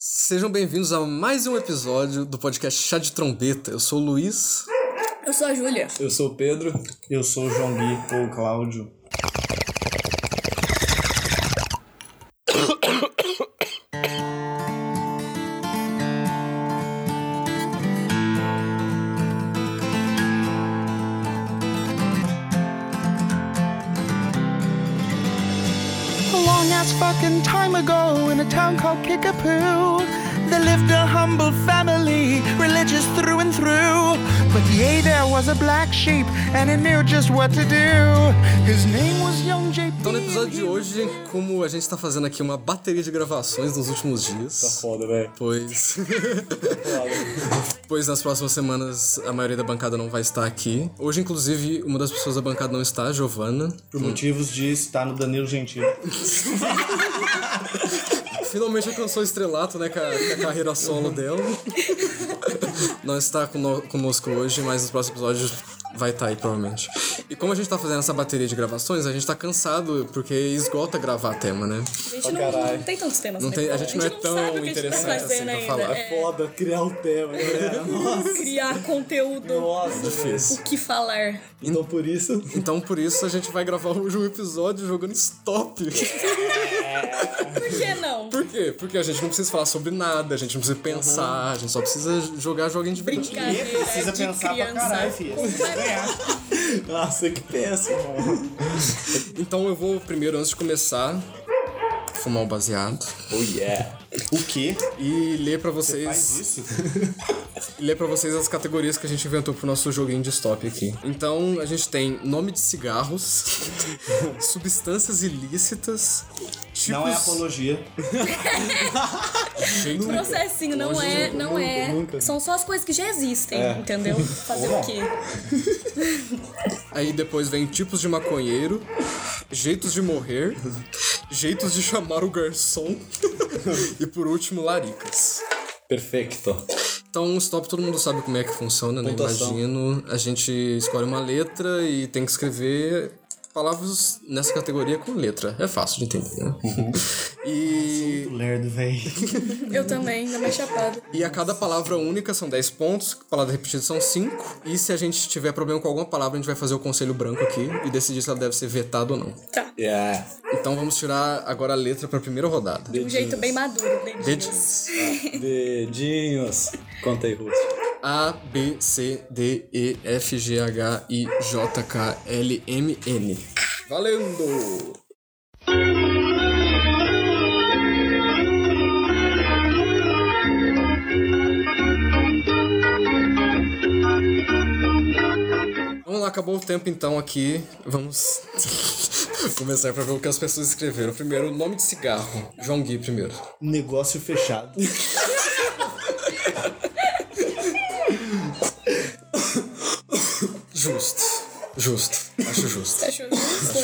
Sejam bem-vindos a mais um episódio do podcast Chá de Trombeta. Eu sou o Luiz. Eu sou a Júlia. Eu sou o Pedro. Eu sou o João Gui ou o Cláudio. A long ass fucking time ago in a town called Kickapoo. There lived a humble family, religious through and through. But yea, there was a black sheep, and he knew just what to do. His name was Young JP. Então, no episódio and de he hoje, como a gente tá fazendo aqui uma bateria de gravações nos últimos dias, Foda, velho. pois. pois nas próximas semanas a maioria da bancada não vai estar aqui. Hoje, inclusive, uma das pessoas da bancada não está, a Giovana. Por motivos de estar no Danilo Gentil. Finalmente alcançou o estrelato, né, com a, com a carreira solo dela. Não está cono- conosco hoje, mas nos próximos episódios vai estar aí, provavelmente. E como a gente tá fazendo essa bateria de gravações, a gente tá cansado, porque esgota gravar tema, né? A gente não, caralho. não tem tantos temas né? Não pra tem- a falar. gente não é tão sabe o que interessante a gente tá fazendo assim pra ainda. falar. É, Foda, criar um tema, galera. criar conteúdo, Nossa, velho. o que falar. Então por isso. Então por isso a gente vai gravar hoje um episódio jogando stop. Por é que não? Por quê? Porque a gente não precisa falar sobre nada, a gente não precisa pensar, a gente só precisa jogar joguinho de brinquedo. Brincadeira precisa de pensar pra criança. caralho, filha. Nossa, ah, que pensa, mano. Então eu vou primeiro, antes de começar, fumar um baseado Oh yeah. O quê? e ler pra vocês. Faz isso? ler pra vocês as categorias que a gente inventou pro nosso joguinho de stop aqui. Então, a gente tem nome de cigarros, substâncias ilícitas, tipos... Não é apologia. Gente, né? Processinho, não é, não é. São só as coisas que já existem, É. entendeu? Fazer o quê? Aí depois vem tipos de maconheiro, jeitos de morrer, jeitos de chamar o garçom e, por último, laricas. Perfeito. Então, o stop todo mundo sabe como é que funciona, né? Pontuação. Imagino. A gente escolhe uma letra e tem que escrever palavras nessa categoria com letra. É fácil de entender, né? Uhum. E, Lerdo, velho. Eu também, ainda mais chapada. e a cada palavra única são 10 pontos, palavra repetida são 5. E se a gente tiver problema com alguma palavra, a gente vai fazer o conselho branco aqui e decidir se ela deve ser vetada ou não. Tá. Yeah. Então vamos tirar agora a letra pra primeira rodada. De um jeito bem maduro, dedinhos. Dedinhos. Dedinhos. Conta aí, Ruth. A, B, C, D, E, F, G, H, I, J, K, L, M, N. Valendo! Vamos lá, acabou o tempo então aqui. Vamos começar pra ver o que as pessoas escreveram. Primeiro, nome de cigarro. João Gui primeiro. Negócio fechado. Justo. Justo. Acho justo. Tá chorando?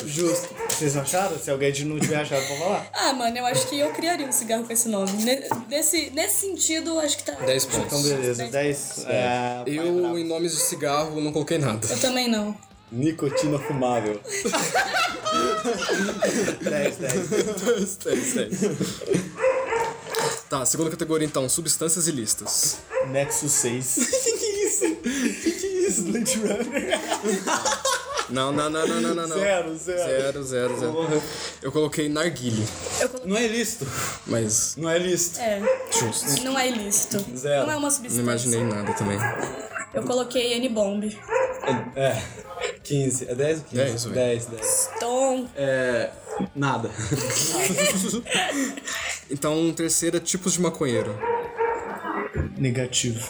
Justo. Vocês não acharam? Se alguém de não tiver achado, pode falar. Ah, mano, eu acho que eu criaria um cigarro com esse nome. Ne- Nesse, nesse sentido, acho que tá. 10 Então, pontos. beleza. 10. É, Eu, em nomes de cigarro, não coloquei nada. Eu também não. Nicotina fumável. 10, 10. tá, segunda categoria então, substâncias ilícitas. Nexus 6. que que é isso? que que é isso, Blade Runner? Não, não, não, não, não, não. não. Zero, zero. Zero, zero, zero. Porra. Eu coloquei narguile, Não é lícito. mas Não é lícito. É, justo. não é ilícito. Zero. Não é uma Não substância. imaginei nada também. Eu coloquei N-bomb. É. 15. É 10 ou 15? 10, velho. 10, 10. Tom, É. Nada. Então, terceira, tipos de maconheiro. Negativo.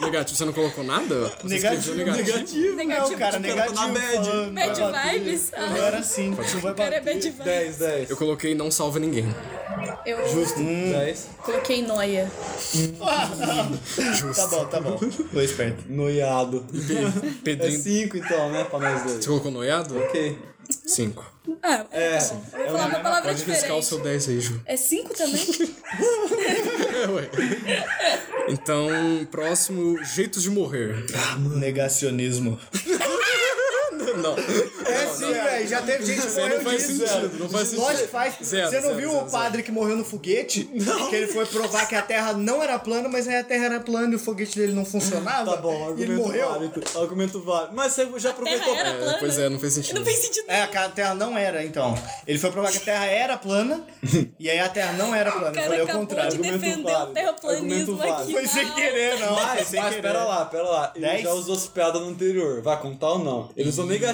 Negativo, você não colocou nada? Você escreveu Negativo. Negativo, Não, cara, tipo, negativo. tá na bad. falando. Bad Vai bater. vibes? Ah. Agora sim. Não vai cara, é bater. bad vibes. 10, 10. Eu coloquei não salva ninguém. Eu Justo. 10. coloquei noia. Tá bom, tá bom. Foi esperto. Noiado. É Pedrinho. 5 então, né? Pra nós dois. Você colocou noiado? Ok. Cinco. Ah, É. eu vou falar uma palavra Pode riscar o É diferente. seu 10 aí, Ju. É cinco também? É, ué. Então, próximo, jeitos de morrer. Negacionismo. Não. É sim, velho. Já teve gente que morreu não faz disso. sentido, não faz Lógico sentido. que faz. Zero, Você não zero, viu zero, o padre que morreu no foguete? Não. Que ele foi provar que a Terra não era plana, mas aí a Terra era plana e o foguete dele não funcionava. Tá bom, e argumento ele morreu. válido. Argumento válido. Mas você já aproveitou. Terra Ah, era plana. Pois é, não fez sentido. Não fez sentido. É, a Terra não era, então. Ele foi provar que a Terra era plana, e aí a Terra não era O plana. Eu cara falei o acabou de contrário. Argumento defender válido. o terraplanismo Argumento aqui. válido. Foi sem Não. querer, não. Foi Mas, sem mas querer. pera lá, pera lá. Ele Dez? já usou as piadas no anterior. Vai contar ou não? Ele usou negativo.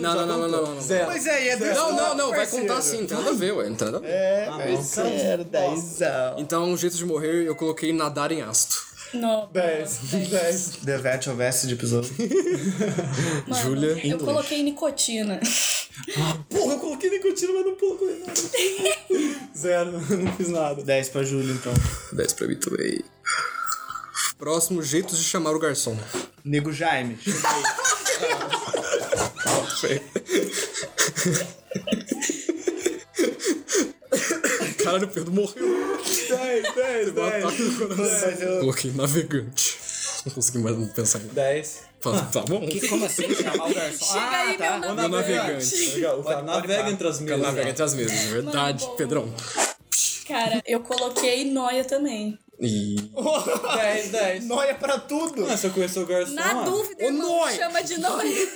Não, não, já não, não, contou. não, não. Zero. Pois é, e é do Não, não, não, vai parceiro. contar sim, não tem nada a ver, ué. Não tem nada a ver. É, não. parceiro, dezão. Então, o jeito de morrer, eu coloquei nadar em ácido. Não. 10, 10. The Vet of S de episódio. Mano, Júlia, eu inglês. coloquei nicotina. Porra, eu coloquei nicotina, mas não coloquei nada. Zero, não fiz nada. 10 pra Júlio, então. 10 pra mim também. Próximo, jeitos de chamar o garçom. Nego Jaime. Caralho, o Pedro morreu. 10, 10, 10. Mas eu... Coloquei navegante. Não consegui mais pensar em 10. Tá, tá bom. Que Como assim chamar o garçom? Chega aí, meu o nome. navegante. Tá Legal, o cara navega entre as O mesas. navega entre as mesas, é verdade, Mano, Pedrão. Cara, eu coloquei noia também. E 10, 10. Noia pra tudo. Nossa, eu conheci o garçom. Na ó. dúvida, Ô, irmão, noia! chama de noia.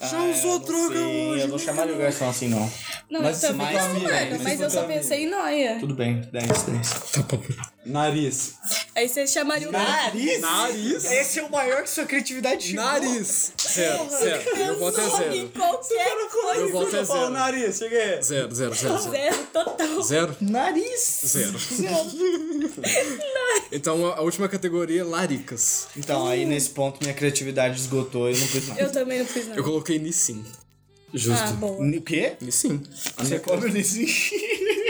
ah, já usou droga Sim, é, eu não chamaria o garçom assim, não. Não, Mas eu isso também fica não, amigo, mano. isso Mas eu fica só amigo. pensei em noia. Tudo bem, 10, 10. Tá bom. Nariz. Aí você chamaria o Nariz? Nariz? Esse é o maior que sua criatividade chegou. Nariz. Zero, zero. Meu voto é Pensou em zero. qualquer Eu coisa. voto é Eu falo zero. nariz, cheguei. Zero, zero, zero, zero. Zero total. Zero, Nariz. zero. Então, a a última categoria, laricas. Então, aí nesse ponto minha criatividade esgotou e eu não fiz nada. Eu também não fiz nada. Eu coloquei Nissin. Justo. Ah, boa. O quê? Nissin. Você come o Nissin?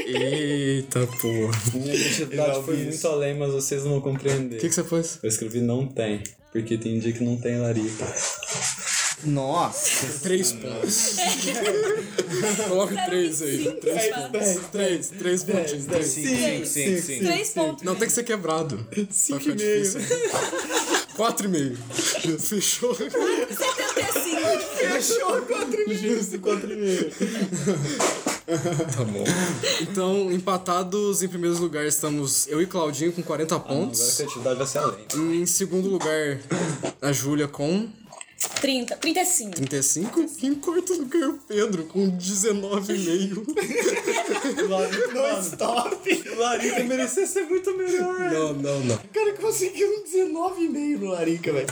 Eita porra. Minha identidade foi muito além, mas vocês não vão compreender. O que, que você pôs? Eu escrevi não tem, porque tem dia que não tem larica. Nossa. Três pontos. Coloca três aí. Sim, É Três, mano. três, três pontinhos. Três. Sim, sim, sim, sim. Três pontos. Não, tem que ser quebrado. Cinco e meio. Quatro e meio. Fechou. 75. Fechou quatro e meio. Tá bom. Então, empatados em primeiro lugar estamos eu e Claudinho com 40 Ah, Agora a pontos. criatividade vai ser além. Em segundo lugar, a Júlia com 30. 35. 35. E em quarto lugar, o Pedro com 19,5. Não stop. Larica merecia ser muito melhor. Não, não, não. O cara conseguiu um 19,5 no Larica, velho.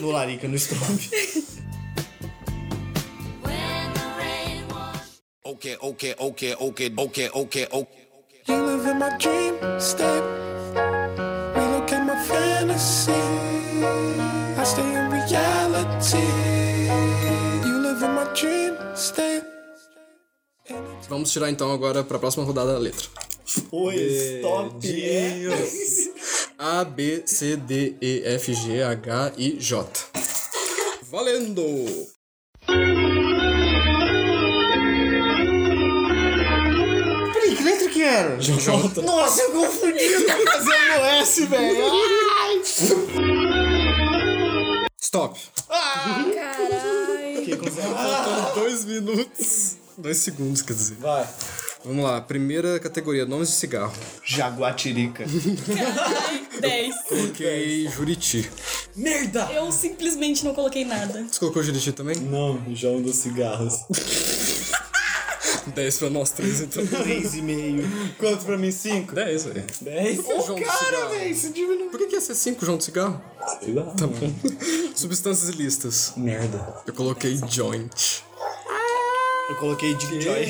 No Larica, no stop. Okay, okay, okay, okay, okay, okay, okay. You live in my dream state. We look at my fantasy. I stay in reality. You live in my dream state. Vamos tirar então agora para a próxima rodada a letra. Oi, stop. É. A, B, C, D, E, F, G, H, I, J. Valendo! Peraí, que letra que era? J. Nossa, eu confundi, eu tô fazendo S, velho. Stop. Caralho. Faltando dois minutos. Dois segundos, quer dizer. Vai. Vamos lá, primeira categoria, nomes de cigarro. Jaguatirica. 10. Coloquei Juriti. Merda! Eu simplesmente não coloquei nada. Você colocou Juriti também? Não, João dos Cigarros. 10 pra nós três, então. 3,5. Quanto pra mim? 5? 10, velho. 10? João do cigarro. isso diminuiu. Por que que ia ser 5 João do cigarro? Tá bom. Substâncias ilícitas. Merda. Eu coloquei joint. Eu coloquei de Joy.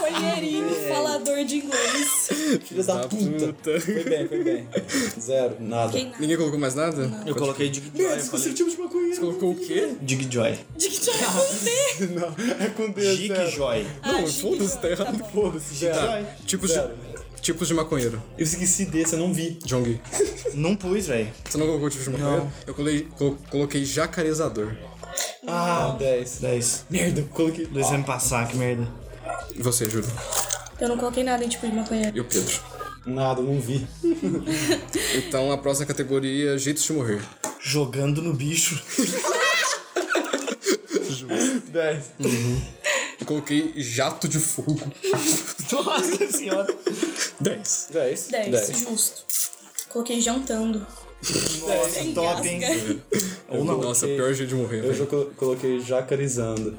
Colherinho, É. falador de inglês. Filha da puta. puta. Foi bem, foi bem. Zero, nada. Quem nada. Ninguém colocou mais nada? Eu coloquei Dig Joy. eu falei. tipo de maconha. Colocou o quê? Dig Joy. De que tá tinha você? É com Deus, Dig Joy. Não, foda-se, tá errado. Foda-se, zero. Tipos Zero. de, tipos de maconheiro. Eu esqueci desse, eu não vi. Jong. Não pus, velho. Você não colocou tipos de maconheiro? Eu colei- co- coloquei jacarezador. Ah, 10. 10. Merda, eu coloquei. Dois vai me passar, que merda. E você, Júlio? Eu não coloquei nada em tipo de maconha. E o Pedro. Nada, eu não vi. Então a próxima categoria é jeitos de morrer. Jogando no bicho. Dez. Eu coloquei jato de fogo. Nossa senhora. 10. Dez. 10, justo. Coloquei jantando. Nossa, top, hein? Ou não. Nossa, é ok. pior jeito de morrer. Eu velho. já colo- coloquei jacarizando.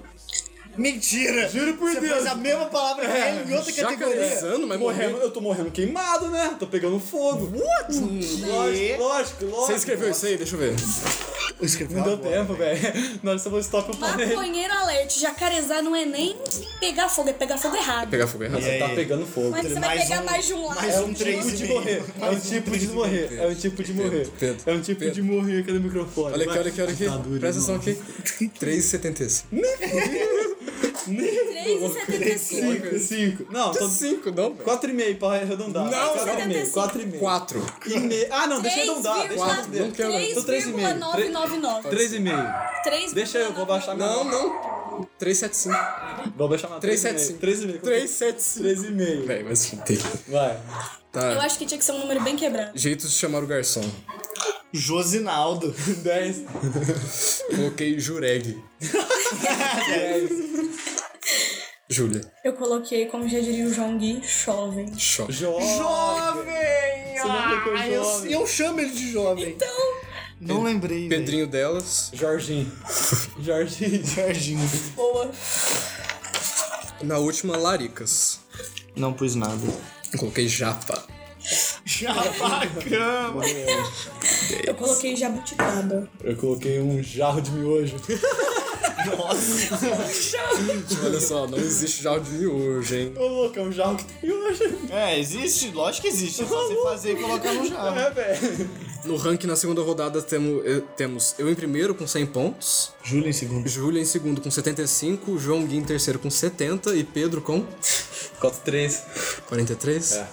Mentira! Juro por Deus! Você fez a mesma palavra que ele em outra É, categoria. Jacarezando, mas Morrendo, morrendo. eu tô morrendo queimado, né? Tô pegando fogo. What? Lógico, lógico, lógico. Você escreveu isso aí? Deixa eu ver. Eu escrevi Não deu agora. tempo, velho. Na hora que você vai stop o planeta. Maconheiro alert, jacarezar não é nem pegar fogo, é pegar fogo errado. Pegar fogo errado. Você tá pegando fogo. Mas você vai mais pegar um- mais de um lado. mais de um outro três tipo lado. de e morrer. É um tipo de morrer. É um tipo de morrer. Pedro, É um tipo de Pedro. morrer. Cadê o microfone? Olha aqui, Vai. olha aqui, olha aqui. Ditadura, Presta atenção irmão. aqui. 3,75. 3,75. Cinco, cinco. Não, tô... 5, não, velho. quatro e meio pra arredondar. Não, quatro e meio. 75. Quatro e meio. 4. e meio. Ah, não, deixa eu arredondar. Deixa eu Quatro, não arredondar. quero. Tô Então três e meio. 3,999. Três e meio. Deixa eu, vou baixar minha Não, não. 375. Vou baixar na 375. 3,5. 375. 3,5. Véi, mas tem. Vai. Eu Tá. acho que tinha que ser um número bem quebrado. Jeitos de chamar o garçom. Josinaldo. 10. Coloquei Jureg. Júlia. Eu coloquei, como já diria o João Gui, jovem. Tipo, Choque. Jovem! colocou Ah, eu, jovem. eu chamo ele de jovem. Então... Não lembrei, velho. Pedrinho delas. Jorginho. Jorginho. Jorginho. Boa. Na última, Laricas. Não pus nada. Coloquei Japa. Chabacama! Eu coloquei jabuticaba. Eu coloquei um jarro de miojo. Olha só, não existe Jardim hoje, hein? Ô, louco, é um jarro que tem miojo. É, existe? Lógico que existe. É só você fazer e colocar no jarro. É, velho. No ranking na segunda rodada temos, eh, temos eu em primeiro com 100 pontos, Júlio em segundo. Júlia em segundo com 75, João Gui em terceiro com 70 e Pedro com 4,3. 43. É.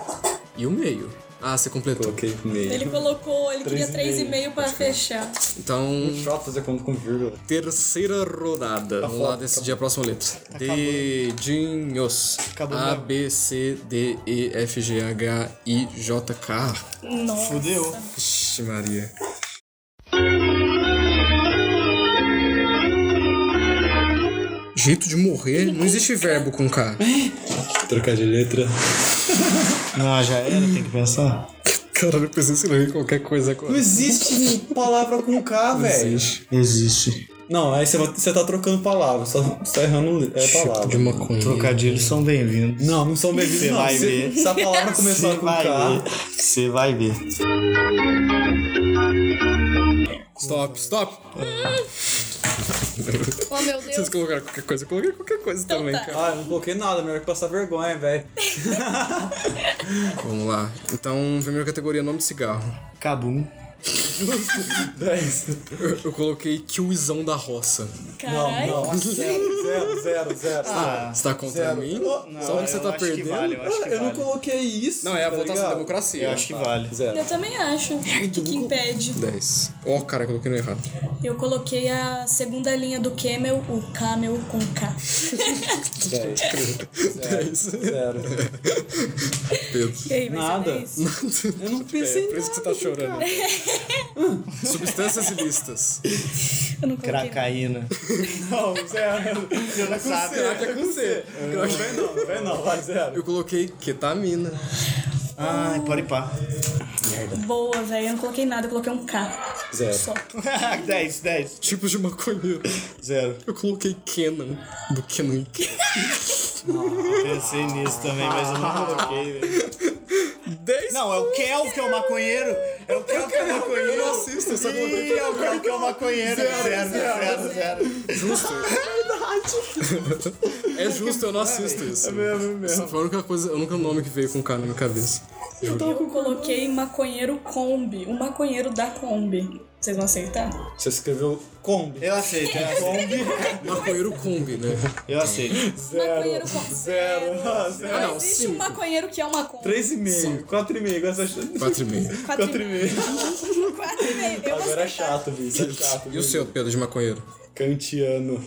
E o meio. Ah, você completou. Coloquei meio. Ele colocou, ele queria Três e 3,5 pra fechar. Então, Só fazer conta com vírgula. terceira rodada. Vamos lá foda, decidir a próxima letra. Dedinhos. Acabou A, mesmo. B, C, D, E, F, G, H, I, J, K. Nossa. Fudeu. Ixi, Maria. Jeito de morrer? Não existe verbo com K. Trocar de letra. Não, Ah, já era, tem que pensar. Caralho, eu pensei se não em qualquer coisa agora. Não existe palavra com K, velho. Existe. Não, aí você vai- você tá trocando palavras. Só você tá errando é, palavra. De maconha. Trocadilhos são bem-vindos. Não, não são bem-vindos. Você não. vai se, ver. Se a palavra começar Você com vai K. ver. Você vai ver. Stop, stop. Oh, meu Deus. Vocês colocaram qualquer coisa, eu coloquei qualquer coisa Então também, tá. cara. Ah, eu não coloquei nada, melhor que passar vergonha, velho. Vamos lá. Então, primeira categoria, nome de cigarro. Cabum. 10. Eu, eu coloquei Kiwizão da Roça. Não, Caralho. não. Zero, zero, zero, zero. Ah, Você tá contra Zero. mim? Oh, Só que você tá perdendo? eu Ah, eu não coloquei isso. Não, é a tá votação ligado? da democracia. tá? Eu acho que vale. Zero. Eu também acho. O que, que impede? 10. Ó, cara, coloquei no errado. Eu coloquei a segunda linha do Camel, o Camel com K. Dez. 10. Zero. E aí, é vai ser Nada. dez? Eu não pensei Por em isso que você tá chorando. Substâncias ilícitas. Eu não coloquei. nada. Cracaína. Não, zero. Você não sabe. Caraca, é com você. Não vem não, não vem não, vai zero. Eu coloquei ketamina. Ai, pode pá. Boa, velho. Eu não coloquei nada, eu coloquei um K. Zero. Só. 10, 10. Tipos de maconheiro. Zero. Eu coloquei Kenan. Do Kenan. Pensei nisso também, mas eu não coloquei, velho. 10. Não, é o Kel que é o maconheiro. É o Kel que é o maconheiro. Eu não assisto, eu só coloquei Ih, é o Kel que é o maconheiro. Zero, zero, zero. É justo, eu não assisto isso. É mesmo, mesmo. Foi a única coisa, o único nome que veio com K na minha cabeça. Eu coloquei maconheiro Kombi, o maconheiro da Kombi. Vocês vão aceitar? Você escreveu Kombi. Eu aceito, eu aceito. Maconheiro Kombi, né? Eu aceito. Maconheiro Kombi. Zero. Zero. Ah, Não, não, existe cinco. um maconheiro que é uma Kombi. Três e meio. Quatro e meio. Agora você acha- 4 e meio. Quatro e meio. Quatro e meio. Eu vou Agora é aceitar. chato, bicho. Isso é chato. E o seu, Pedro, de maconheiro? bicho. Kantiano.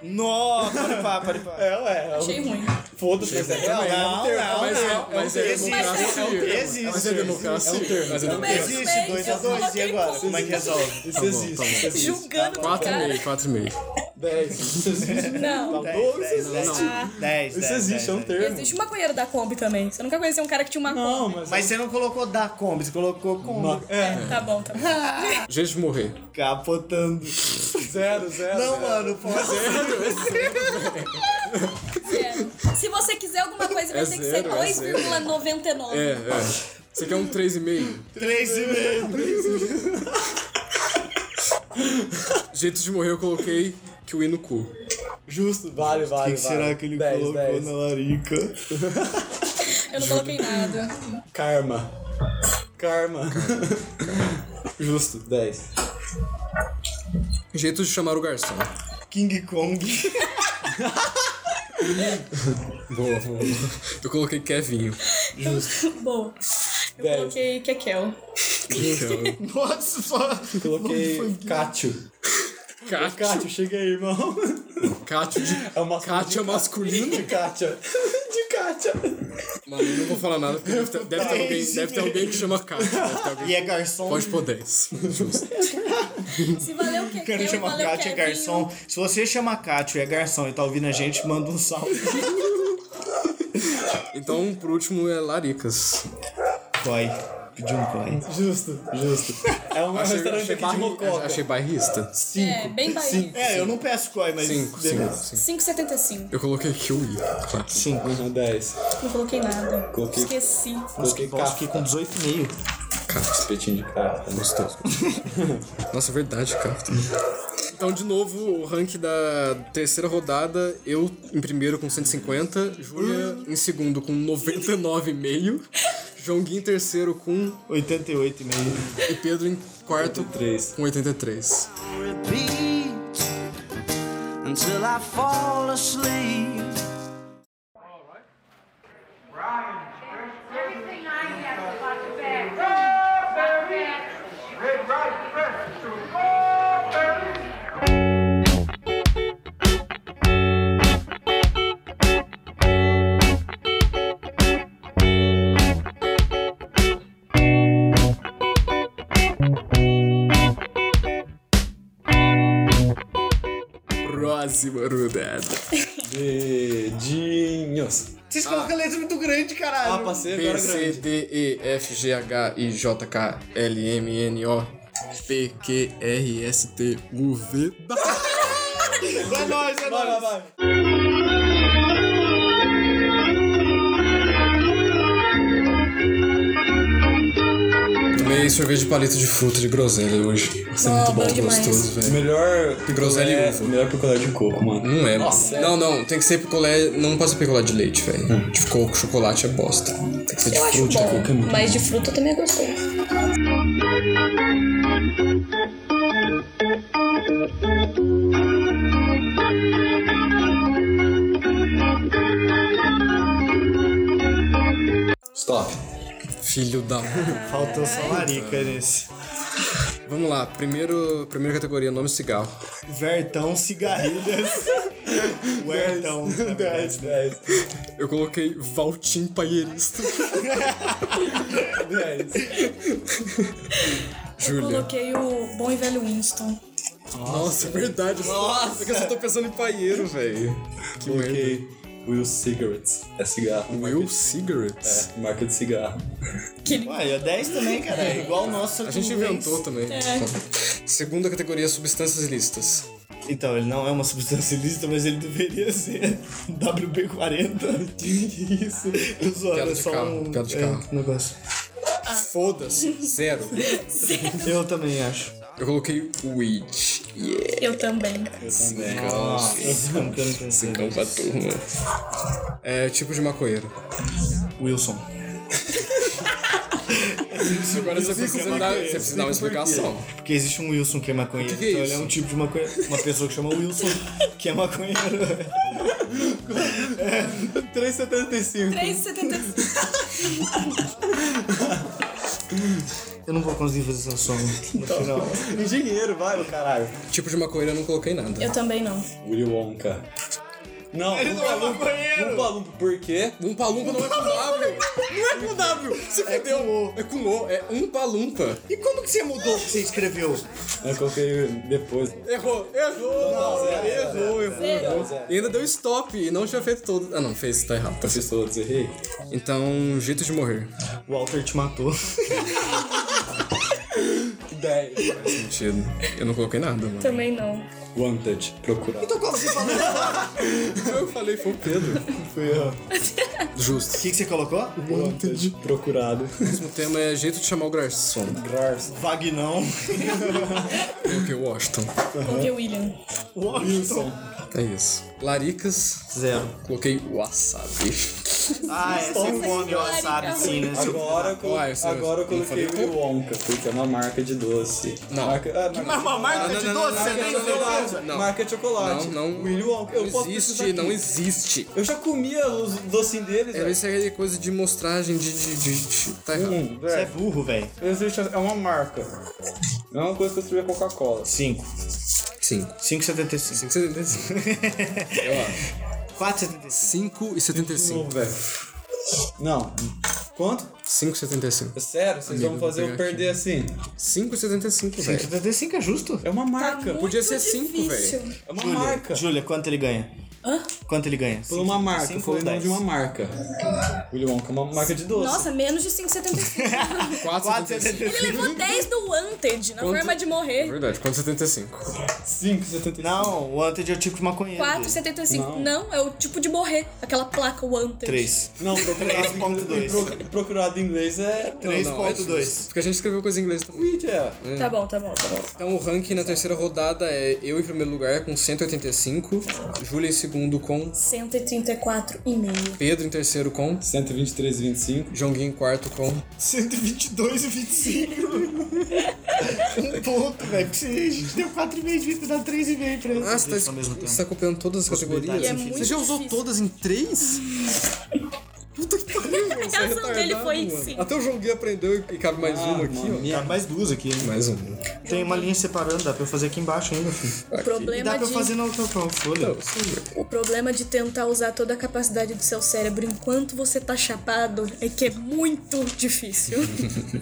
Nossa, pode pá, pode pá. É, ué. é um- Achei ruim. Foda-se, mas é real. É um Não, termo. não, Mas é- não. Mas é Existe, democracia. existe. Mas é democracia. Mas é democracia. Existe, 2 a 2 e agora? Como é que resolve? Isso bom, existe. tá bom. é, isso existe. Julgando o 4 e cara. meio, 4 e meio. 10. Isso existe? Não. Tá Dez, doido? Isso dez, dez. existe. Ah. Dez, Isso dez, existe, é um dez, dez. termo. Existe um maconheiro da Kombi também. Você nunca conheceu um cara que tinha uma Não, Kombi. mas. Mas você não colocou da Kombi, você colocou Kombi. É, Tá bom, tá bom. Jeito de morrer. Capotando. zero, zero. Não, zero. mano, pode. Zero. Se você quiser alguma coisa, vai É ter que ser zero, é zero. 2,99. É, é. Você quer um 3,5? Três e meio. Jeito de morrer eu coloquei que o no cu. Justo, vale, O vale. que, que será vale. que ele 10, colocou 10. na larica? Eu não coloquei nada. Karma. Karma. Justo, 10. Jeito de chamar o garçom. King Kong. Boa, boa. Eu coloquei Kevinho. Bom, eu Dez. coloquei Kekel. Então, Nossa, só. Coloquei Cátio. Kátia. Cátio, chega aí, irmão. Kátia de... É uma Kátia masculino. De Kátia. De Kátia. Mano, eu não vou falar nada porque deve ter, deve ter Tá, alguém, deve ter alguém que chama Kátia. Deve ter alguém. E é garçom. Pode pôr 10. Justo. Se valeu Kekel, Quero chamar valeu Kátia é Kevinho. garçom. Se você chama Kátia e é garçom e tá ouvindo a gente, manda um salve. Então, por último, é Laricas. um Coi. Pediu um coi. Justo, justo. É um restaurante aqui de barri- Mococa. achei barrista. Cinco. É, bem baía. É, eu não peço coi, mas. 5, 5, 5. 5,75. Eu coloquei Kiwi. claro. Cinco. Dez. Não coloquei nada. Coloquei- Esqueci. Coloquei Nossa, fiquei Café. com 18,5. Espetinho de cara. Gostoso. Nossa, é verdade, cara. Então, de novo, o ranking da terceira rodada, eu em primeiro com 150, Hum. Júlia em segundo com 99,5, João Gui em terceiro com 88,5. e Pedro em quarto 83. com 83. repeat until I fall asleep. Everything I have is about the bag. Oh, baby. Red rice fresh to Oh, baby. Próxima rodada. Dedinhos. Vocês colocam letra muito grande, Ah, caralho. passei B, agora C, grande. D, E, F, G, H, I, J, K, L, M, N, O, P, Q, R, S, T, U, V, É nóis, é Vai, vai, nóis. vai. Tomei sorvete de palito de fruta de groselha hoje. Isso é Oh, muito bom, bom demais. gostoso, velho. Melhor Groselha e picolé- uva. É, Melhor picolé de coco, mano. Não é, Nossa, é. Não, não, tem que ser picolé. Não pode ser picolé de leite, velho. De coco, chocolate é bosta. Tem que ser de Eu acho fruta. coco é bom, muito mas de fruta eu também gostei. Stop. Filho da. Faltou só larica nesse. Vamos lá, primeiro, primeira categoria: nome cigarro. Vertão Cigarrilhas. então, tá Vertão. na verdade. 10, 10. Eu coloquei Valtim Paierista. 10. Eu Júlia. coloquei o bom e velho Winston. Nossa, é verdade. Nossa, porque eu só tô pensando em paieiro, velho. Que merda. Coloquei Will Cigarettes. É cigarro. Will Cigarettes. É, marca de cigarro. Ué, é 10 também, cara. É igual o nosso. A gente inventou também. É. Segunda categoria: substâncias ilícitas. Então, ele não é uma substância ilícita, mas ele deveria ser WB40. Que isso? Eu sou, Piada é de só carro, um piada de é, carro. um negócio. Foda-se. Zero. Eu também acho. Eu coloquei Witch. Yeah. Eu também. Nossa, como que eu não pensei? Não então, pra turma. É tipo de maconheiro. Wilson. Agora você precisa, me dar, você precisa dar uma explicação. Porque existe um Wilson que é maconheiro. que é então isso? ele é um tipo de maconheiro. Uma pessoa que chama Wilson que é maconheiro. 3,75. 3,75. Eu não vou conseguir fazer essa soma no final. Engenheiro, vai, o caralho. Tipo de maconheiro eu não coloquei nada. Eu também não. Willy Wonka. Não, um Ele não é maconheiro. Lumpa Lumpa, por quê? Um palumpa não é com W. Não é com W. Você fodeu. É com O. É um palumpa. E como que você mudou o que você escreveu? Eu coloquei depois. Errou. Errou. errou. errou. Não, Zé. E ainda deu stop e não tinha feito todo. Ah, não. Fez. Tá errado. Tá Eu fiz todos, errei. certo. Então, jeito de morrer. Walter te matou. 10. Sentido. Eu não coloquei nada, mano. Também não. Wanted, procurar. Então como você falou? Eu falei, foi o Pedro. Então, Fui eu. Justo. O que, que você colocou? Wanted, procurado. O tema é jeito de chamar o garçom. Grars. Vagnão. Coloquei o Washington. Porque William. Wilson. É isso. Laricas. Zero. Coloquei wasabi. Ah, é, você come o wasabi sim, né? é Você- Agora, eu colo- Ué, você- agora eu coloquei eu falei- o Wonka, porque é uma marca de doce. Não. Marca, ah, marca- Mas uma marca não, de não, doce, não, você não, tem não, chocolate. certeza? não. Marca de chocolate. Não, não. Willy Wonka. Eu Não posso pesquisar existe, aqui. não existe. Eu já comia os docinhos deles, É, velho. isso é coisa de mostragem de. de, de- de- Tá errado. Hum, Você é velho. burro, velho. Existe, é uma marca. É uma coisa que eu escrevi a Coca-Cola. 5. Sim. 5,75. 5,75. 4,75. 5,75. Novo, velho. Não. Quanto? É 5,75. Sério? Vocês Amigo, vão fazer vou eu pegar perder assim? 5,75, velho. 5,75 é justo? É uma marca. Tá Podia muito ser cinco, difícil. É uma Júlia, marca. Júlia, quanto ele ganha? Hã? Quanto ele ganha? Por uma marca. Cinco Foi o ou nome dez? de uma marca. Willy Wonka é uma marca de doce. Nossa, menos de 5,75. 4,75. Ele levou 10 do Wanted na Quanto? forma de morrer. É Verdade, 4,75. 5,75. Não, o Wanted é o tipo de maconheiro. 4,75. Não, é o tipo de morrer. Aquela placa Wanted. 3. Não, procurado, em- 3.2. pro- procurado em inglês é... Não, é 3.2. justo. Porque a gente escreveu coisa em inglês também. Wikipedia. Tá bom, tá bom, tá bom. Então o ranking na terceira rodada é eu em primeiro lugar com 185, Júlia em segundo com, 134,5. Pedro em terceiro com, 123,25. Jonguinho em quarto com. 122 e 25. um ponto, velho. Porque a gente deu 4,5 de vida, dá 3,5 pra ele. Ah, você tá, Ao mesmo tempo. você tá copiando todas as categorias? E é você muito já usou difícil. todas em três? Puta que pariu, mano. você é A reação dele retardado, foi mano. sim. Até o Jonguinho aprendeu e e cabe mais uma aqui, ó. Tá mais duas aqui, né? Mais um. Tem uma linha separando, dá pra eu fazer aqui embaixo ainda, filho. O E dá problema, pra eu de, fazer na outra na folha. o problema de tentar usar toda a capacidade do seu cérebro enquanto você tá chapado é que é muito difícil.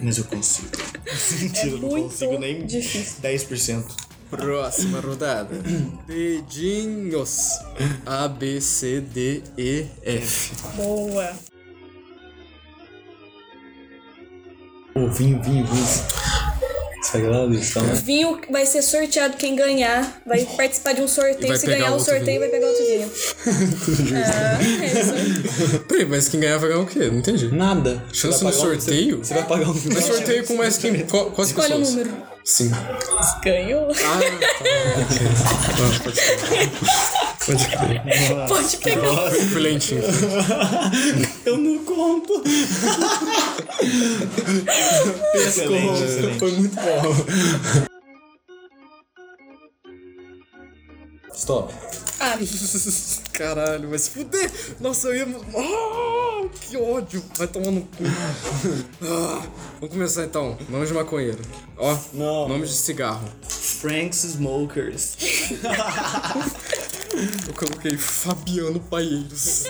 Mas eu consigo. Mentira, eu não muito consigo nem difícil. 10%. Próxima rodada. Dedinhos. A, B, C, D, E, F. Boa. Pô, vinho, vinho, vinho. Sagrado isso, tá? né? Vinho vai ser sorteado quem ganhar. Vai participar de um E sorteio. vai Se pegar ganhar o outro sorteio, vai pegar outro vinho. ah, é isso. Peraí, mas quem ganhar vai ganhar o quê? Não entendi. Nada. Chance Você vai no pagar um- sorteio? Você vai pagar um Mas sorteio com mais quem? Qual, quais Escolha um pessoas? número. Sim. Ganhou. Ah, tá. Pode crer. Pode pegar. Fui lentinho. Eu não conto. Excelente, excelente. Foi muito bom. Stop. Ah. Caralho, vai se fuder. Nossa, eu ia. Ah, que ódio. Vai tomar no cu. Ah, vamos começar então. Nome de maconheiro. Ó, Não. nome de cigarro. Frank's Smokers. Eu coloquei Fabiano Paieiros.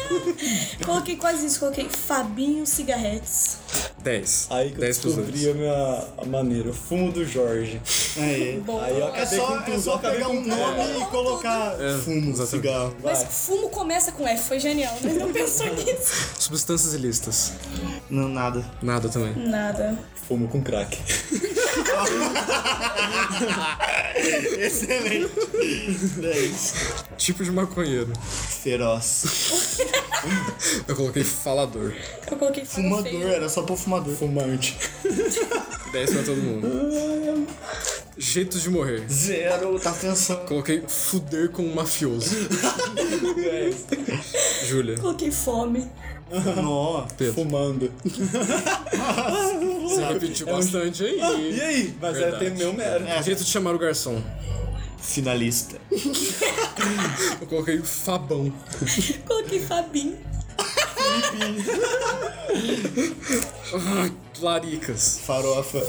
Coloquei quase isso. Coloquei Fabinho Cigarretes. 10. Aí que eu 10 pros descobri dois. a minha a maneira. O fumo do Jorge. Aí. Aí eu É acabei só, com tudo. é eu só acabei pegar com um tudo. nome e colocar fumo, exatamente. cigarro. Mas fumo começa com F. Foi genial, né? Não pensou nisso. Substâncias ilícitas. Não, nada. Nada também. Nada. Fumo com crack. Excelente. 10. Tipo de maconheiro. Feroz. Eu coloquei falador. Eu coloquei fumo Fumador, feio. era só pra fumador. Fumante. 10 pra todo mundo. Jeitos de morrer. Zero, tá pensando. Coloquei fuder com um mafioso. Júlia. Coloquei fome. Nó. Fumando. Você repetiu bastante aí. Ah. E aí? Mas Verdade. é tem meu mérito. Jeito de chamar o garçom. É. Finalista. Eu coloquei Fabão. Coloquei Fabinho. Laricas. Farofa.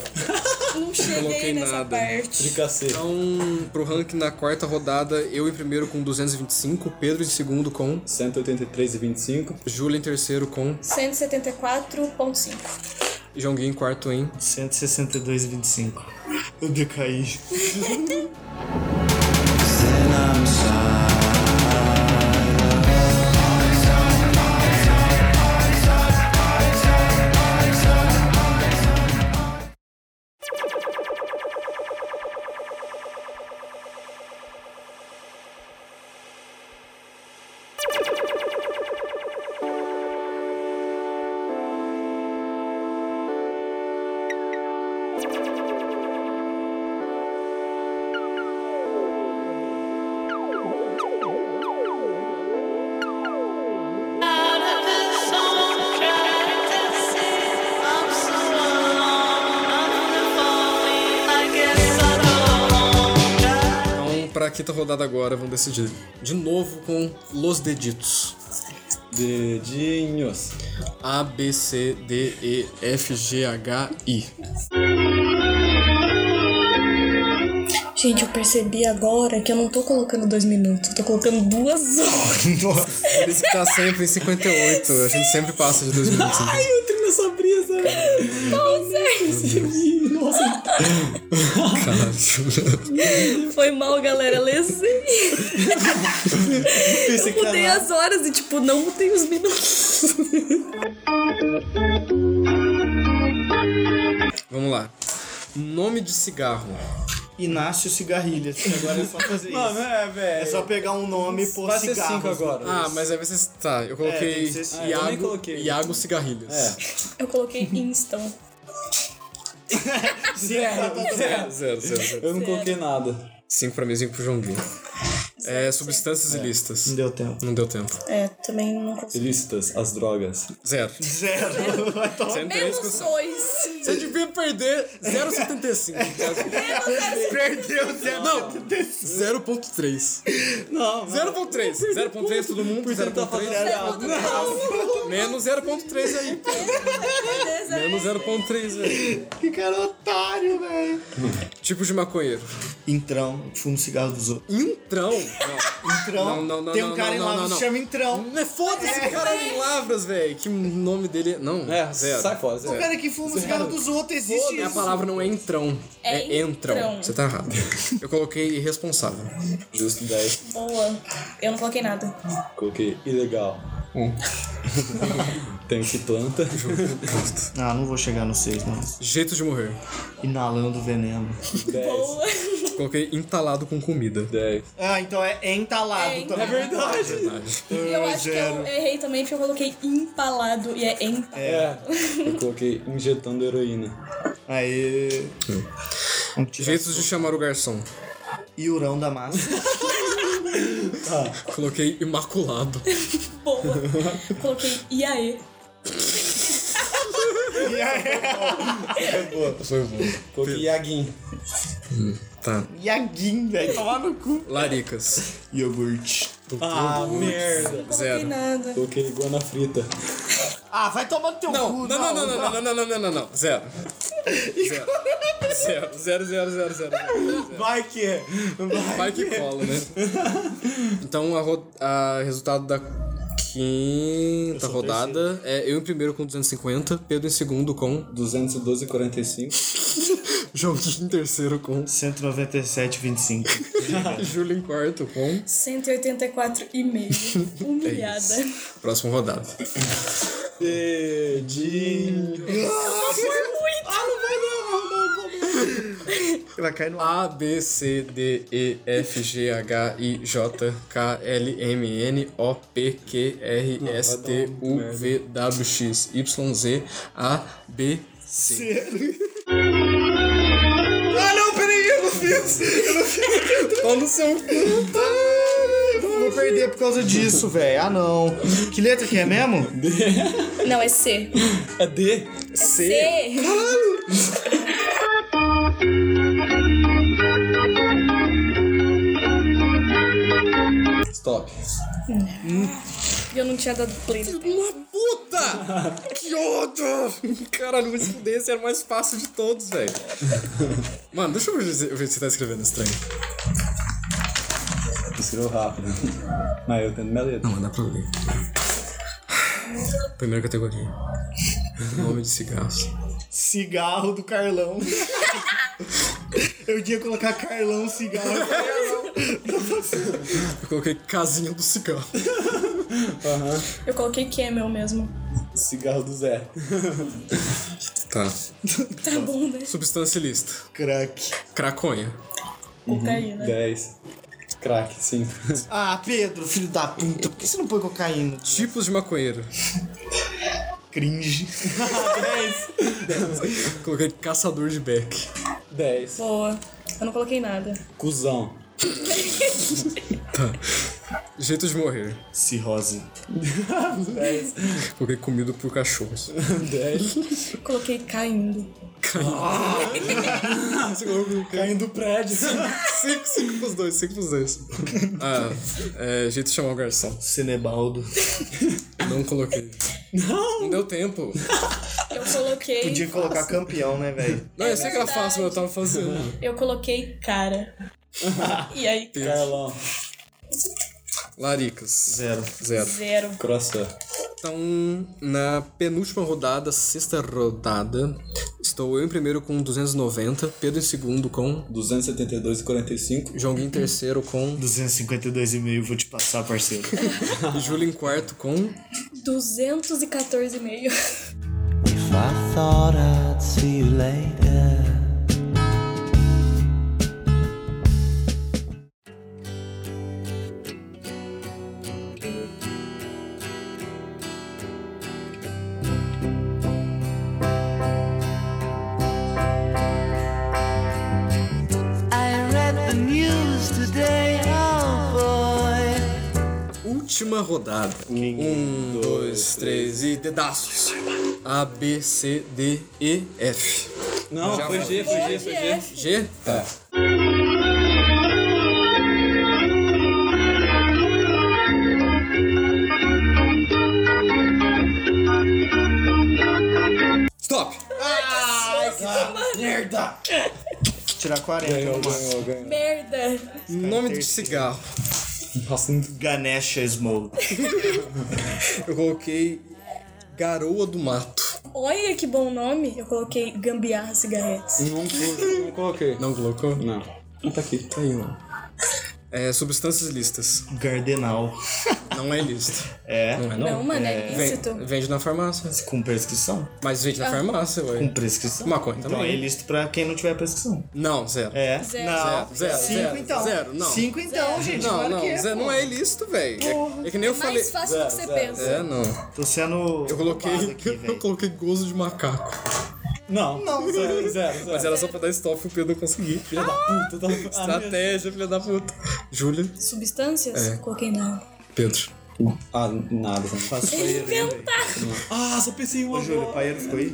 Não cheguei Coloquei nessa nada. De parte. cacete. Então, pro ranking na quarta rodada, eu em primeiro com 225, Pedro em segundo com, 183 e 25. Júlia em terceiro com, 174.5. e João Gui em quarto em. 162,25. Eu decaí. Então, pra quinta rodada agora, vamos decidir de novo com Los Deditos. Dedinhos. A, B, C, D, E, F, G, H, I. Gente, eu percebi agora que eu não tô colocando dois minutos, eu tô colocando duas horas. Nossa. Por isso que tá sempre em 58. A gente sempre passa de 2025. Eu entrei nessa brisa. Foi mal, galera, assim. lesei. Esse Eu mudei cara. as horas e, tipo, não mudei os minutos. Vamos lá. Nome de cigarro. Inácio Cigarrilhas. Agora é só fazer isso. Mano, é, É velho. só pegar um nome e pôr né? Vai ser cigarro. 5 agora. Ah, mas aí vocês. Tá, eu tem coloquei que ser esse. Iago, Ah, eu nem coloquei. Iago Cigarrilhas. É. Eu coloquei Instant. É. Zero, zero, zero. Eu não coloquei nada. Cinco pra mim, cinco pro João Gui. É, substâncias ilícitas. Não deu tempo. Não deu tempo. É, também não consegui. Ilícitas, as drogas. Zero. Zero. Vai tomar. Você não tem nem Menos um. discussão. dois. Você devia perder 0,75. Perdeu zero. Não, 0,3. Não, 0,3. 0,3 todo mundo, 0,3. Menos 0,3 aí. pô. Menos 0,3 aí. Que cara otário, velho. Tipo de maconheiro. Intrão, fumo cigarro dos outros. Intrão. Não. Intrão. Não, não, não, Tem um não, cara não, em não, lá não, que não. chama Intrão. Não é foda-se, cara de Lavras, velho. Que nome dele. é- Não, É, zero. sai fora, O zero. cara que fuma um cigarro dos outros existe A isso. palavra não é entrão, é, É entrão. entrão. Você tá errado. Eu coloquei irresponsável. Justo 10. Boa. Eu não coloquei nada. Coloquei ilegal. Um. Tem que planta. Ah, não vou chegar no 6, não. Jeito de morrer. Inalando veneno. 10. Coloquei entalado com comida. 10. Ah, então é entalado. É também. Verdade. Eu acho zero. que é um- eu errei também porque eu coloquei empalado e é empalado. É. Eu coloquei injetando heroína. Aí. Vamos tirar Jeitos de chamar o garçom. Iurão da massa. Coloquei imaculado. Boa. coloquei iaê. Coloquei Iaguinho. Hum, Tá. Iaguinho, velho. Tomar no cu. Laricas. Iogurte. Ah, merda. Zero. Nada. Coloquei iguana frita. Ah, vai tomar no teu Não, não, cu. não, não, não, não, não, não, não, não, não. Zero. Zero. Zero, zero, zero, zero, zero. Vai que é. Vai que cola, né? Então, a, ro- a resultado da quinta sou o rodada é eu em primeiro com 250, Pedro em segundo com 212,45. Joaquim em terceiro com 197,25. Júlio em quarto com 184 e meio. Humilhada. Próxima rodada. Dedinho. Vai cair no ar. A, B, C, D, E, F, G, H, I, J, K, L, M, N, O, P, Q, R, S, T, um U, V, W, X, Y, Z, A, B, C. Ah, não, peraí, eu não fiz. Eu não fiz. Tá no seu cu. Eu vou perder por causa disso, velho. Ah, não. Que letra que é mesmo? Não, é C. É D. C. Stop. E eu não tinha dado play. Puta! Nossa! Que ódio! Caralho, mas se fuder, esse era o mais fácil de todos, velho. Mano, deixa eu ver se- ver se você tá escrevendo esse trem. Escreveu rápido. Mas eu tendo minha letra. Não, dá pra ler. Primeira categoria. Nome de cigarros. Cigarro do Carlão. Eu ia colocar Carlão cigarro. Eu coloquei casinha do cigarro. Eu coloquei Camel mesmo. Cigarro do Zé. Tá. Tá bom, né? Substância lista. Crack. Craconha. Cocaína. 10. Crack, sim. Ah, Pedro, filho da puta, por que você não põe cocaína? Tipos de maconheiro. Cringe. Ah, 10. Coloquei caçador de beck. 10. Boa. Eu não coloquei nada. Cusão. Jeito de morrer. Cirrose. 10. Coloquei comida por cachorros. 10. Eu coloquei caindo. Caindo do prédio. 5, 5 pros 2, 5 pros 2. Ah, é, jeito de chamar o garçom. Cenebaldo. Não coloquei. Não! Não deu tempo. Eu coloquei. Podia colocar campeão, né, velho? Não, eu sei que era fácil, mas eu tava fazendo. Eu coloquei cara. e aí, Carlão. Laricas. Zero. Zero. zero. Croissant. Então, na penúltima rodada, sexta rodada, estou eu em primeiro com 290, Pedro em segundo com. 272 e 45. João Gui em terceiro com. 252,5, vou te passar, parceiro. e Júlio em quarto com. 214,5. If I thought I'd see you later. I read the news today, oh boy. Última rodada. Um, dois, três e dedaços. A, B, C, D, E, F. Não, foi G, foi G, foi é? G. G? Tá. Stop! Merda! Tirar 40, eu mano. Merda. Tá Nome de cigarro. Ganesha Smoke. Eu coloquei Garoa do Mato. Olha que bom nome. Eu coloquei gambiarra cigarretes. Não, coloquei- não coloquei. Não colocou? Não. Não tá aqui. Tá aí, mano. É, substâncias listas. Gardenal. Não é lista. É. Não, mano, é Vem- lícito. vende na farmácia. Com prescrição. Mas vende Ah. na farmácia, Com ué. prescrição. Maconha Então é também. ilícito pra quem não tiver prescrição. Não, zero. É. Zero. Não. Zero, zero, Cinco zero, então. zero, não. Cinco então, gente. Não, claro não, que é, Zé, não pô. é ilícito, velho. É, é que nem eu falei. Mais fácil do que você pensa. É, não. Tô sendo. Eu coloquei, roubado Aqui, eu velho. coloquei gozo de macaco. Não. Não, zero, zero. zero. Mas era só pra dar stop e o Pedro conseguir. Filha da puta, tá Estratégia, filha da puta. Júlia. Substâncias? Coloquei não. Pedro. Ah, nada. Faço Ah, só pensei em uma Júlio, o pai ele ficou aí.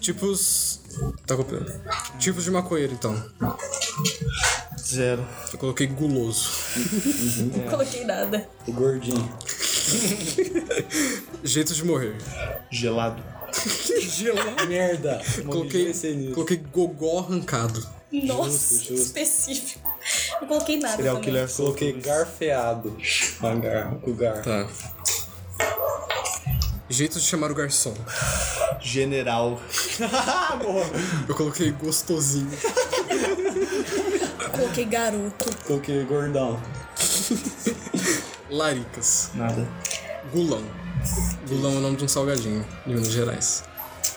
Tipos. Tá com o Pedro. Tipos de maconheiro, então. Zero. Eu coloquei guloso. Não coloquei nada. O gordinho. Jeito de morrer. Gelado. Merda. Coloquei, Pensei é nisso. coloquei gogó arrancado. Nossa, específico. Não coloquei nada. Seria o também. Killer Coloquei garfeado. Ah, gar- O gar. Tá. Jeito de chamar o garçom. General. Eu coloquei gostosinho. Coloquei garoto. Tá. Coloquei gordão. Laricas. Nada. Gulão. Gulão é o nome de um salgadinho de Minas Gerais.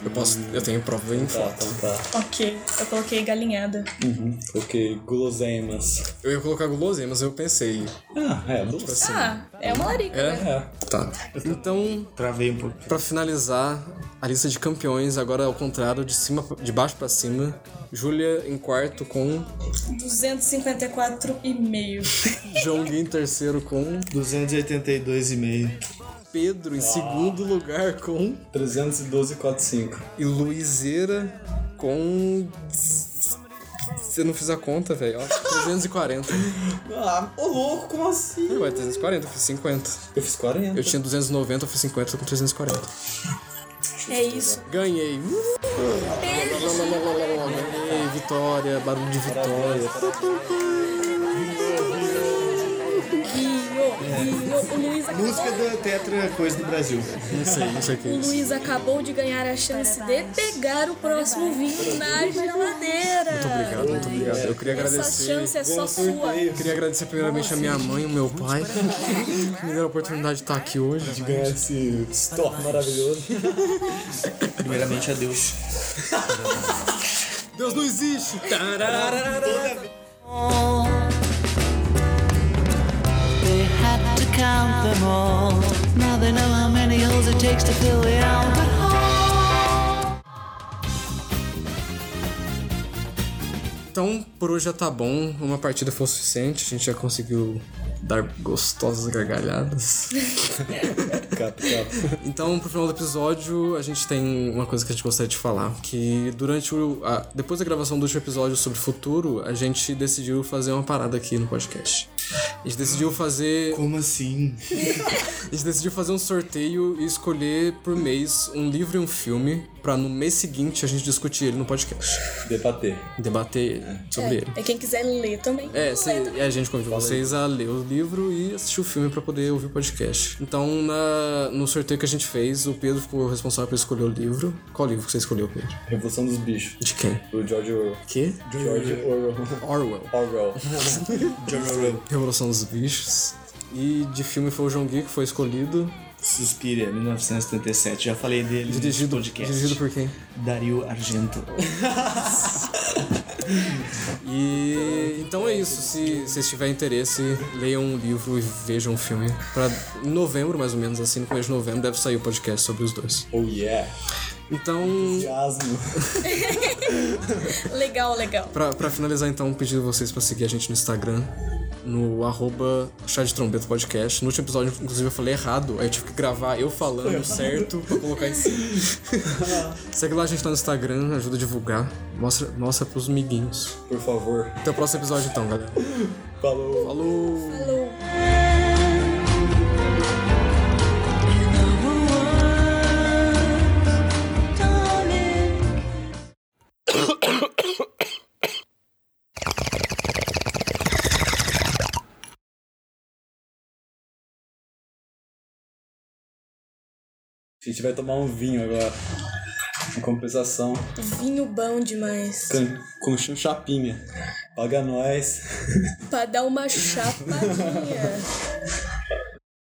Eu posso. Eu tenho prova em Tá, foto. então tá. Ok. Eu coloquei galinhada. Coloquei guloseimas. Eu ia colocar gulosinha, mas eu pensei. Ah, é, doce. Ah, é uma larica, É? né? Tá. Então, Travei um pouco. pra finalizar, a lista de campeões agora ao contrário, de cima de baixo pra cima. Júlia em quarto com 254,5. João Gui em terceiro com 282,5. Pedro em segundo lugar com 312,45. e Luizeira com Eu não fiz a conta, velho. Ó, 340. Ah, ô louco, como assim? Ué, 340, eu fiz 50. Eu fiz 40. Eu tinha 290, eu fiz 50, tô com 340. É isso. Ganhei. Uh! Ganhei, vitória, barulho de vitória. Guinho, Guinho. O Luiz acabou, Música da Tetra Coisa do Brasil. Não sei, não sei o que é o isso. Luiz acabou de ganhar a chance de pegar o próximo vinho na geladeira. Muito Obrigado, muito obrigado. Eu queria Essa agradecer. chance é só sua. Eu queria agradecer primeiramente a minha mãe e o meu pai que me deram a oportunidade de estar aqui hoje. Ganhar esse store maravilhoso. Primeiramente, adeus. Deus não existe! They had to count them all. Now they know how many holes it takes to fill the Albert Hall. Então, por hoje já tá bom. Uma partida foi o suficiente. A gente já conseguiu dar gostosas gargalhadas. Cap, cap. Então, pro final do episódio, a gente tem uma coisa que a gente gostaria de falar. Que durante o. a- depois da gravação do último episódio sobre o futuro, a gente decidiu fazer uma parada aqui no podcast. A gente decidiu fazer. Como assim? A gente decidiu fazer um sorteio e escolher por mês um livro e um filme pra no mês seguinte a gente discutir ele no podcast. Debater. Debater sobre ele. É quem quiser ler também. É, Lê cê, também. a gente convida vocês a ler o livro e assistir o filme pra poder ouvir o podcast. Então, na- no sorteio que a gente fez, o Pedro ficou responsável por escolher o livro. Qual livro que você escolheu, Pedro? Revolução dos Bichos. De quem? Do George Orwell. Que? George Orwell. Orwell. Orwell. Revolução dos Bichos. E de filme foi o João Gui que foi escolhido. Suspira, 1977. Já falei dele. nesse Dirigido, podcast. dirigido por quem? Dario Argento. E então é isso. Se vocês tiverem interesse, leiam um livro e vejam um filme. Pra em novembro, mais ou menos, assim, no começo de novembro, deve sair o podcast sobre os dois. Oh yeah. Então, Jasmo. Legal, legal. pra, pra finalizar, então, um pedido a vocês pra seguir a gente no Instagram, no arroba chá de trombeta podcast. No último episódio, inclusive, eu falei errado. Aí eu tive que gravar eu falando certo pra colocar em cima. Segue lá a gente lá no Instagram, ajuda a divulgar. Mostra, mostra pros miguinhos. Por favor. Até o próximo episódio, então, galera. Falou. Falou! Falou. A gente vai tomar um vinho agora. Em compensação. Vinho bom demais. Can- Com chão chapinha. Paga nós. Pra dar uma chapadinha.